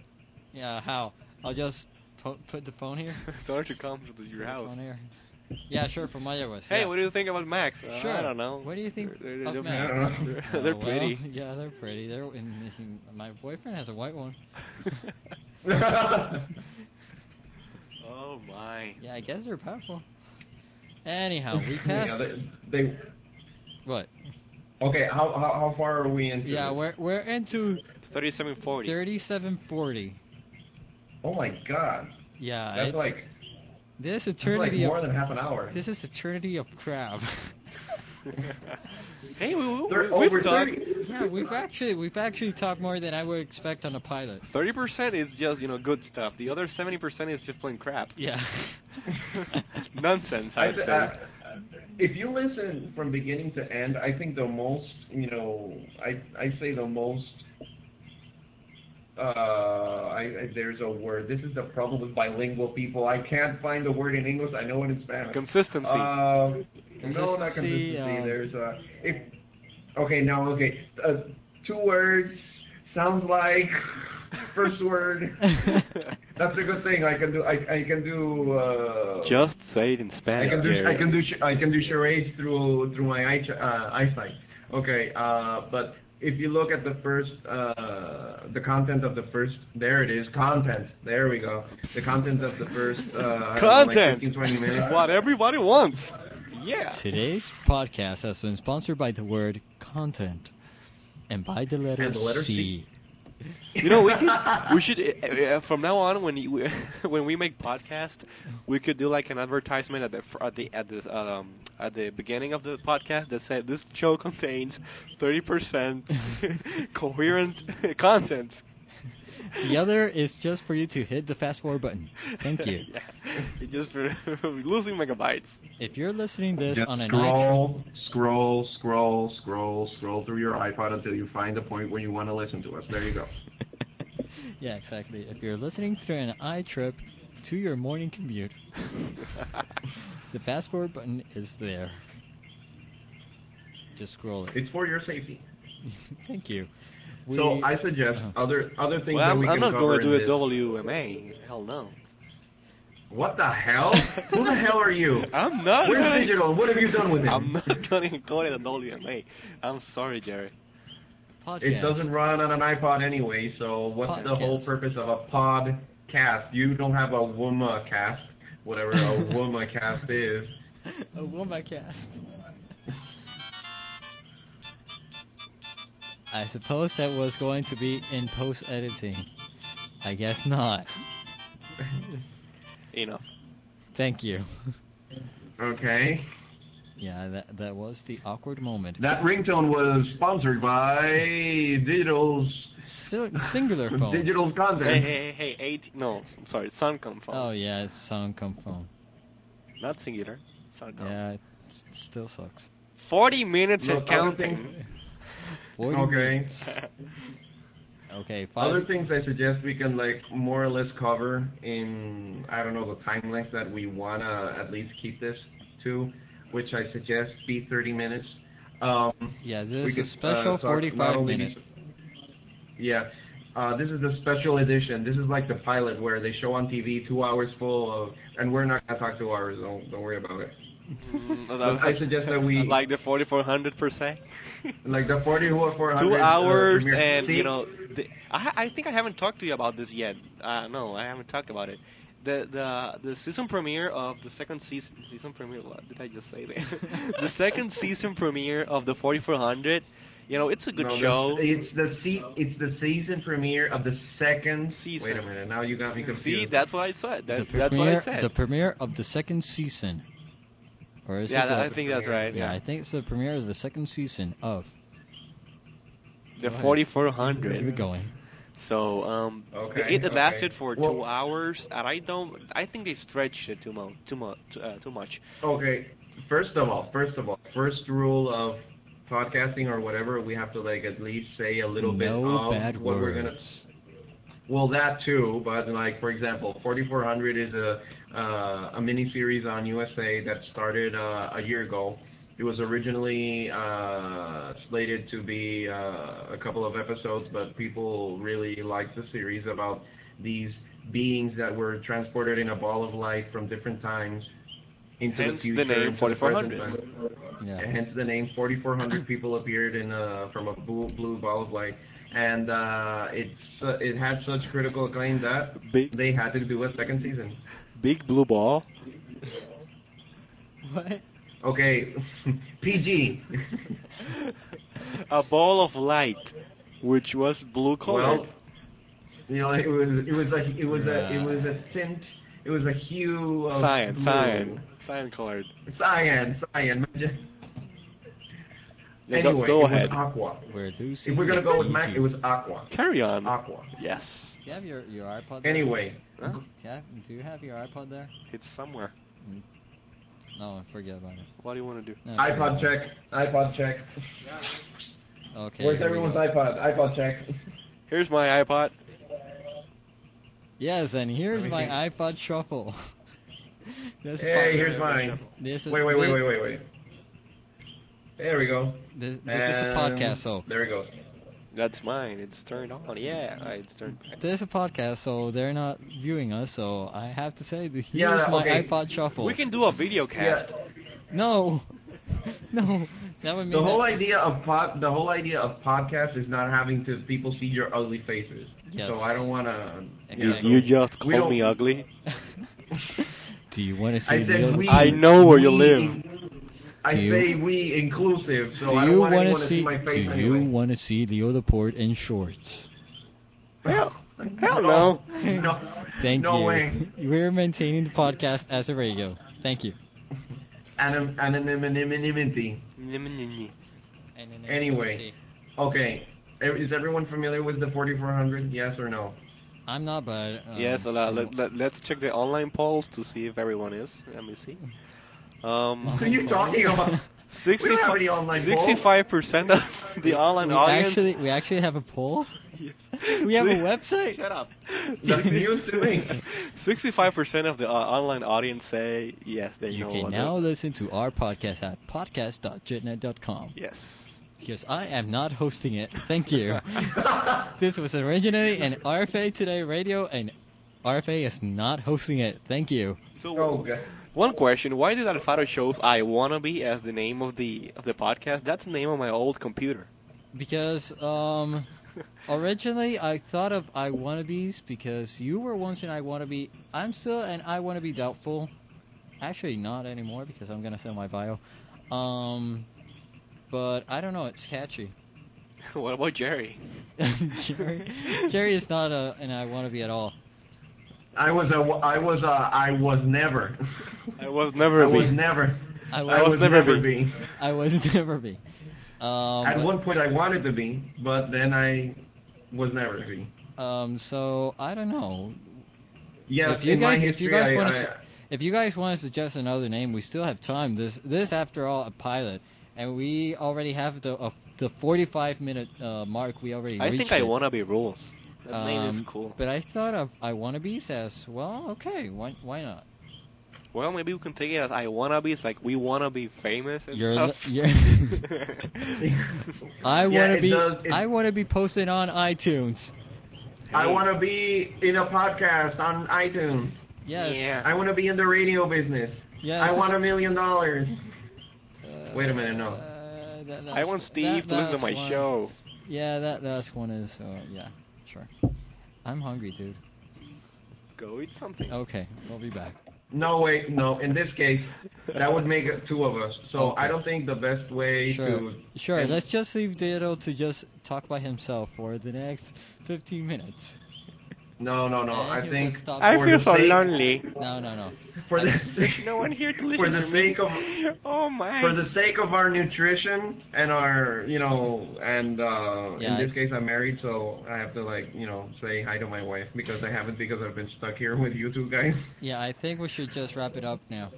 Yeah, how? I'll just po- put the phone here.
Tell her to come to your
Put the
house.
phone here. Yeah, sure. From my was.
Hey,
yeah.
what do you think about Max? Uh,
Sure.
I don't know.
What do you think
They're, they're,
of
they're,
Max?
they're-
Oh,
they're
well,
pretty.
Yeah, they're pretty. They're in, my boyfriend has a white one.
oh my.
Yeah, I guess they're powerful. Anyhow, we passed.
yeah, they, they,
what?
okay, how, how how far are we into?
Yeah,
this?
we're we're into
3740.
3740.
Oh my god.
Yeah,
That's
it's
like,
this
that's like
eternity
more
of
than half an hour.
this is eternity of crab.
hey, we,
They're
we,
over
we've talked.
30.
yeah, we've actually we've actually talked more than I would expect on a pilot.
30% is just, you know, good stuff. The other 70% is just plain crap.
Yeah.
Nonsense, I'd
th-
say.
I- if you listen from beginning to end, I think the most, you know, I I say the most. Uh, I, I there's a word. This is the problem with bilingual people. I can't find the word in English. I know it in Spanish.
Consistency.
Um, no,
Consistency,
not consistency.
um,
There's uh, if okay now okay uh, two words sounds like first word. That's a good thing. I can do. I, I can do. Uh,
just say it in
I
Spanish.
can do I
Gary.
can do ch- I can do charades through through my eye, uh, eyesight. Okay, uh, but if you look at the first uh, the content of the first there it is content. There we go. The content of the first uh, I don't know, like
Content!
15, 20 minutes.
what everybody wants. Yeah.
Today's podcast has been sponsored by the word content. and by the letter,
And the letter
C.
You know, we could, we should uh, uh, from now on when you, when we make podcast, we could do like an advertisement at the fr- at the at the um, at the beginning of the podcast that said this show contains 30% coherent content.
The other is just for you to hit the fast forward button. Thank you.
yeah. It's Just for losing megabytes.
If you're listening this
Just
on an iTunes,
scroll, scroll, scroll, scroll, scroll through your iPod until you find the point where you want to listen to us. There you go.
yeah, exactly. If you're listening through an iTrip to your morning commute, the fast forward button is there. Just scroll it.
It's for your safety.
Thank you.
So I suggest
Uh-huh.
other other things
well,
that we
I'm, I'm
can
not
cover
going to do a
in this.
WMA. Hell no.
What the hell? Who the hell are you?
I'm not.
Where's
gonna-
digital? What have you done with it?
I'm not going to call it a WMA. I'm sorry, Jerry.
podcast.
It doesn't run on an iPod anyway, so what's the whole
Podcast.
purpose of a podcast? You don't have a WMA cast, whatever a WMA cast is.
a woman cast. I suppose that was going to be in post editing. I guess not.
Enough.
Thank you.
Okay.
yeah, that that was the awkward moment.
That ringtone was sponsored by Digital's
Sil- singular phone.
Digital's
Hey,
content.
hey, hey, hey, eight. No, I'm sorry, Suncom phone.
Oh yeah, it's Soundcom phone.
Not singular.
Oh.
Suncom.
Yeah, it s- still sucks.
40 minutes
Look,
and
other
counting.
things-
40
Okay.
minutes. Okay, five.
Other things I suggest we can like more or less cover in I don't know the time length that we wanna at least keep this to, which I suggest be 30 minutes. Um,
yeah,
we
this is
could,
a special
uh, talk not
45
only
minute.
Yeah. Uh, this is the special edition. This is like the pilot where they show on TV two hours full of, and we're not gonna talk two hours. Don't don't worry about it.
Mm,
But I suggest that we-
like the 4400 per se.
Like the 40 who are 400.
Two
uh,
hours
premiere.
and
See?
you know, the, I ha- I think I haven't talked to you about this yet. Uh, no, I haven't talked about it. The the the season premiere of the second season season premiere. What did I just say there? the second season premiere of the 4400. You know, it's a good
No, the-
show.
It's the se- it's the season premiere of the second
Season.
Wait a minute, now you got me confused.
See, that's what I said.
the
That,
premiere,
that's what I said.
The premiere of the second season. Or is
yeah,
it
that-
the,
I think that's right.
Yeah,
Yeah,
I think it's the premiere of the second season of. Go
the
ahead. Keep it
4400.
going.
So um,
Okay,
the- it
okay.
lasted for two
Well-
hours, and I don't. I think they stretched it too much, too much, uh, too much.
Okay, first of all, first of all, first rule of podcasting or whatever, we have to like at least say a little bit
no
of
bad
what we're gonna.
words.
Well, that too, but like for example, 4400 is a uh, a mini series on USA that started uh, a year ago. It was originally uh, slated to be uh, a couple of episodes, but people really liked the series about these beings that were transported in a ball of light from different times into
Hence
the
the
future.
name
into the present
4400.
time.
Yeah.
And hence the name 4400 people appeared in uh, from a blue, blue ball of light and uh, it's uh, it had such critical acclaim that
Big,
they had to do a second season
big blue ball.
What?
okay pg
a ball of light, which was blue colored.
well you know it was it was a it was a it was a tint it was a hue of
cyan,
uh, blue.
cyan, cyan colored.
cyan cyan
Yeah,
anyway
go- go
it
ahead.
was aqua
We're losing.
if we're gonna
the
go with mac
PG.
it was aqua
Carry on.
aqua
yes.
Do you have your, your iPod? There?
anyway
Huh?
Mm-hmm.
Do you have- do you have your iPod there?
It's somewhere.
No, forget about it.
What do you want to do?
No, forget
ipod
about it.
check ipod check
Okay.
where's
here we
everyone's
go.
ipod ipod check
Here's my iPod.
Yes, and here's
Let me
my
see.
iPod shuffle. this
Hey,
part-
here's mine.
This is,
Wait, wait, wait,
this-
wait, wait, wait. There we go.
This, this is a
And
podcast, so
There we go.
That's mine. It's turned on. Yeah, I- it's turned. back.
This is a podcast, so they're not viewing us, so I have to say that
Yeah,
here's my
okay.
iPod shuffle.
We can do a video cast.
No, no, that would mean
The whole
that-
idea of pod, the whole idea of podcast is not having to people see your ugly faces.
Yes.
So I don't want to.
Exactly.
You just
We
call
don't-
me ugly.
Do you want to see
I
real?
said we.
I know where you
we-
live.
I
Do you-
say we inclusive, so I
do
don't
you
want
wanna
anyone to
see?
see my face
do
anyway.
you want to see Leo Laporte in shorts?
Hell, hell no.
No.
Thank
no
you.
way.
We're maintaining the podcast as a radio. Thank you.
Anim- anonymity. Anyway. Okay. Ev- Is everyone familiar with the 4400? Yes or no?
I'm not, but um,
Uh, yes, well, let, let, let's check the online polls to see if everyone is. Let me see. Um,
Who are you talking about? We don't have any online
65 percent of the online
we
audience.
actually we actually have a poll.
Yes.
We have a
Six-
website?
Shut up.
That's news to me.
65% of the uh, online audience say yes, they
You
know
can
what
now
it-
listen to our podcast at podcast.jetnet.com
Yes.
because I am not hosting it. Thank you. this was originally an RFA Today radio, and RFA is not hosting it. Thank you.
So
oh, God.
one question, why did Alfaro chose I wanna be as the name of the of the podcast? That's the name of my old computer.
Because um, originally I thought of I wannabes because you were once an I wannabe. I'm still an I wannabe doubtful. Actually, not anymore because I'm gonna sell my bio. Um, but I don't know. It's catchy.
what about Jerry?
Jerry, Jerry is not a an I wannabe at all.
I was a, I was a, I was never.
I was never
I
a bee.
was never.
I
I
was
was
never
never
be.
be.
I was never be. Um,
At
but-
one point I wanted to be, but then I was never to be.
um, so I don't know.
Yes,
If you
in my
guys- if
history,
you guys
I-
wanna
I-
s- If you guys want to suggest another name, we still have time. This this after all a pilot, and we already have the uh, the 45 minute uh, mark. We already
I
reached
think I
it.
wanna be rules. That name is
Um,
cool.
But I thought of I wanna be as well. Okay, why why not?
Well, maybe we can take it as I wanna be. It's like we wanna be famous and
You're
stuff.
li- you're- I
Yeah,
wanna
it
be
does- it-
I wanna be posted on iTunes.
I want to be in a podcast on iTunes.
Yes.
Yeah.
I want to be in the radio business.
Yes.
I want a million dollars. Wait a minute, no.
Uh, that
I
last-
want Steve
that
to listen to
last
my
one-
show.
Yeah, that last one is uh, yeah, sure. I'm hungry, dude.
Go eat something.
Oh,
Okay, we'll be back.
No, wait, no. In this case, that would make it two of us. So
Okay.
I don't think the best way
Sure,
to.
sure.
and-
Let's just leave Dido to just talk by himself for the next 15 minutes.
No, no, no.
And
I
he'll
think
just stop
I
For
feel
the
so
sake-
lonely.
No, no, no.
for the
There's no one here to listen
for the
to me.
sake of
oh my.
for the sake of our nutrition and our you know and uh
Yeah,
in
I-
this case I'm married, so I have to like you know say hi to my wife because I haven't because I've been stuck here with you two guys.
Yeah, I think we should just wrap it up now.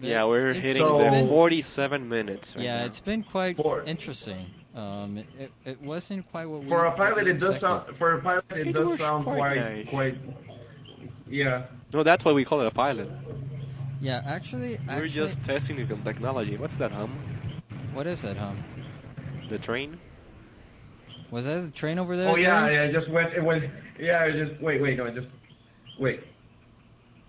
yeah, we're
It's
hitting
so-
the
been-
47 minutes. Right
yeah,
now.
it's been quite
For-
interesting. Um, it- it, it wasn't quite what we
For a
what we
pilot, it does
expected.
sound. For a pilot, it,
It
does
was
sound
quite
quite,
nice.
quite. Yeah.
no, that's why we call it a pilot.
Yeah, actually, actually,
we're just testing the technology. What's that hum?
what is that, hum?
The train?
Was that the train over there?
Oh yeah,
Jerry?
yeah. It just went. It was. Yeah. It just. Wait, wait. No, it just. Wait.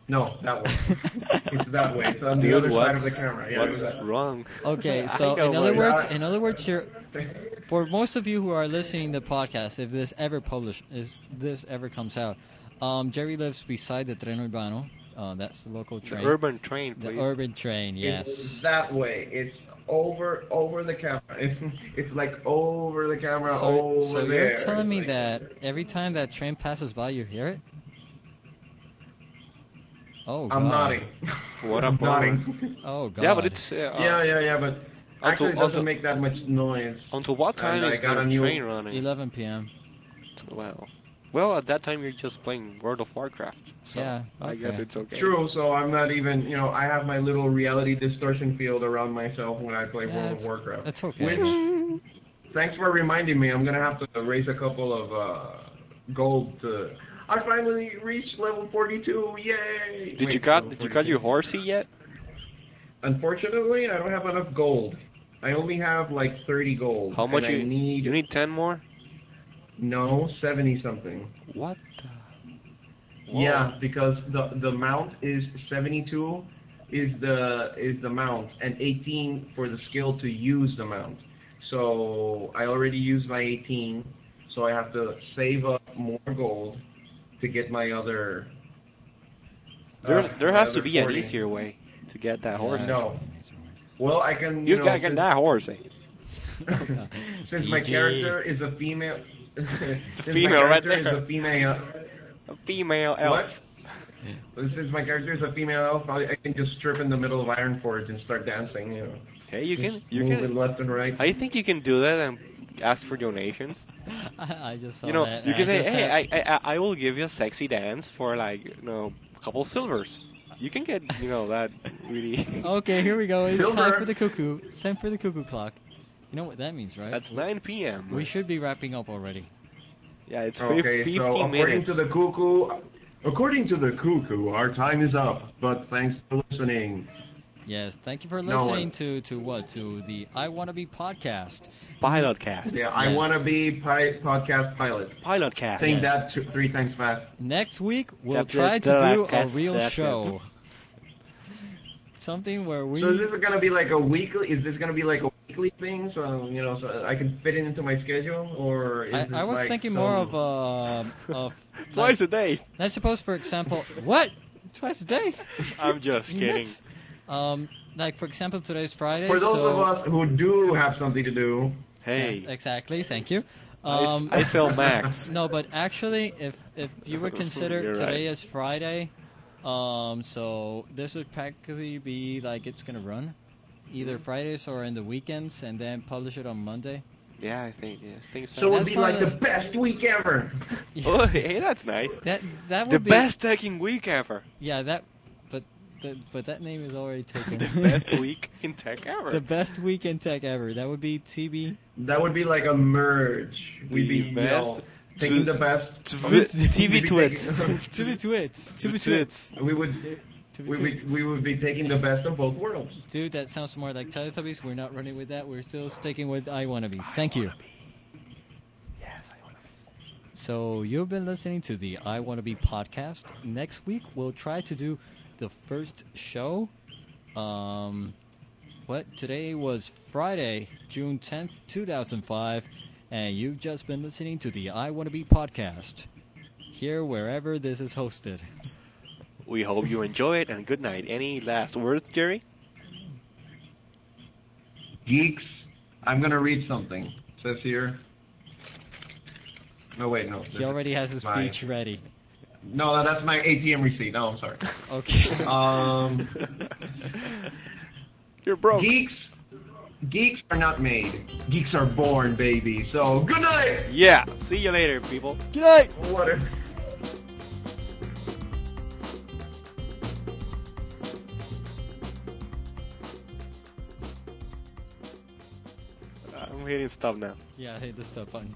No, that way. it's that way. It's on the
Dude,
other side
what's,
of the camera. Yeah. it
what's
was that.
wrong?
Okay,
I
so
know
in other
what-
words, in other words, you're, for most of you who are listening to the podcast, if this ever published, if this ever comes out, um, Jerry lives beside the Tren Urbano. Uh, that's the local
the
train.
urban train,
The
please.
urban train,
It's
yes.
that way. It's over over the camera. It's, it's like over the camera.
So,
over
so
there.
you're telling me
Like-
that every time that train passes by, you hear it? Oh, God.
I'm nodding.
What
I'm
a bummer.
nodding.
Oh, God.
Yeah, but it's. Uh,
yeah, yeah, yeah. But
Onto-
actually, it doesn't
onto-
make that much noise.
uh, Until what time
And I
is
got
the
a new-
train running?
11 p.m.
Wow. Well, at that time you're just playing World of Warcraft. So
Yeah,
I guess
okay.
it's okay.
True, so I'm not even, you know, I have my little reality distortion field around myself when I play
Yeah,
World
it's-
of Warcraft.
That's okay. I
Which-
guess.
Thanks for reminding me. I'm going to have to raise a couple of uh, gold to. I finally reached level 42. Yay!
Did
Wait,
you got
level
did you got
42.
your horsey yet?
Unfortunately, I don't have enough gold. I only have like 30 gold.
How much
and
you
I need?
You need ten more?
No, 70 something.
What? The?
Uh,
Whoa.
Yeah, because the the mount is 72 is the is the mount and 18 for the skill to use the mount. So I already used my 18, so I have to save up more gold to get my other.
There
uh,
there
my
has
other
to be an
40.
easier way to get that
Yeah.
horse.
No. Well, I can.
You
know,
got
since-
that horse. eh?
since my
DJ.
character is a female. It's
female right there.
Is a female.
A female elf.
Since my character is a female elf, I, I can just strip in the middle of Iron Forge and start dancing. You know,
Hey, you can you
move it
can.
left and right.
I think you can do that and ask for donations.
I, I just saw
you know,
that.
you
I
can say,
just
"Hey,
had-
I, I I- I will give you a sexy dance for like you know a couple silvers." You can get you know that really.
Okay, here we go. It's time
Silver.
for the cuckoo. It's time for the cuckoo clock. You know what that means, right?
That's 9 p.m.
We should be wrapping up already.
yeah, it's fif-
Okay,
15
so according
minutes.
to the cuckoo, according to the cuckoo, our time is up. But thanks for listening.
Yes, thank you for
No one-
listening to to what to the I Wanna Be podcast.
Pilot cast.
Yeah, I
Yes.
want to be pi- podcast pilot.
Pilot cast.
Saying
Yes.
that two, three times fast.
Next week we'll
That's
try
it.
to do a
That's
real
it.
show. Something where we
So is this gonna be like a weekly? Is this gonna be like a weekly thing? So you know, so I can fit it into my schedule, or is
I,
this
I was
like
thinking more
some-
of uh of
Twice a day.
let's suppose for example what twice a day
I'm just kidding.
Nuts. um like for example today's Friday
For those
so
of us who do have something to do,
Hey,
Yeah, exactly thank you
I s-
um
I, sell Max.
no but actually if if you would consider
You're
today
right.
is Friday um so this would practically be like it's gonna run either
Mm-hmm.
Fridays or in the weekends and then publish it on Monday
yeah, I think yes. Things
so it would
That's
be
one
like
of
the
those-
best week ever.
Oh, hey, that's nice.
that that would
The
be
best taking week ever.
yeah that but the, but that name is already taken
the best week in tech ever.
The best weekend tech ever. That would be TB.
That would be like a merge. We'd
The
be you
best
know, taking
tw-
the best.
Tw-
We'd be
TV
taking-
twits.
TB Twits.
TV twits.
We would we would we would be taking the best of both worlds.
Dude, that sounds more like Teletubbies. We're not running with that. We're still sticking with I Wannabes. Thank you.
Yes, I want to.
So you've been listening to the I Wanna Be podcast. Next week we'll try to do the first show. Um, what today was Friday, June tenth, two thousand five, and you've just been listening to the I Wanna Be podcast. Here, wherever this is hosted.
We hope you enjoy it and good night. Any last words, Jerry?
Geeks, I'm gonna read something. It says here. No wait, no.
He already has his
My-
speech ready.
No, that's my ATM receipt. No, I'm sorry.
Okay.
Um,
You're broke.
geeks, geeks are not made. Geeks are born, baby. So good night.
Yeah. See you later, people.
Good night.
Whatever.
I'm hitting stop now.
Yeah, I hit the stop button.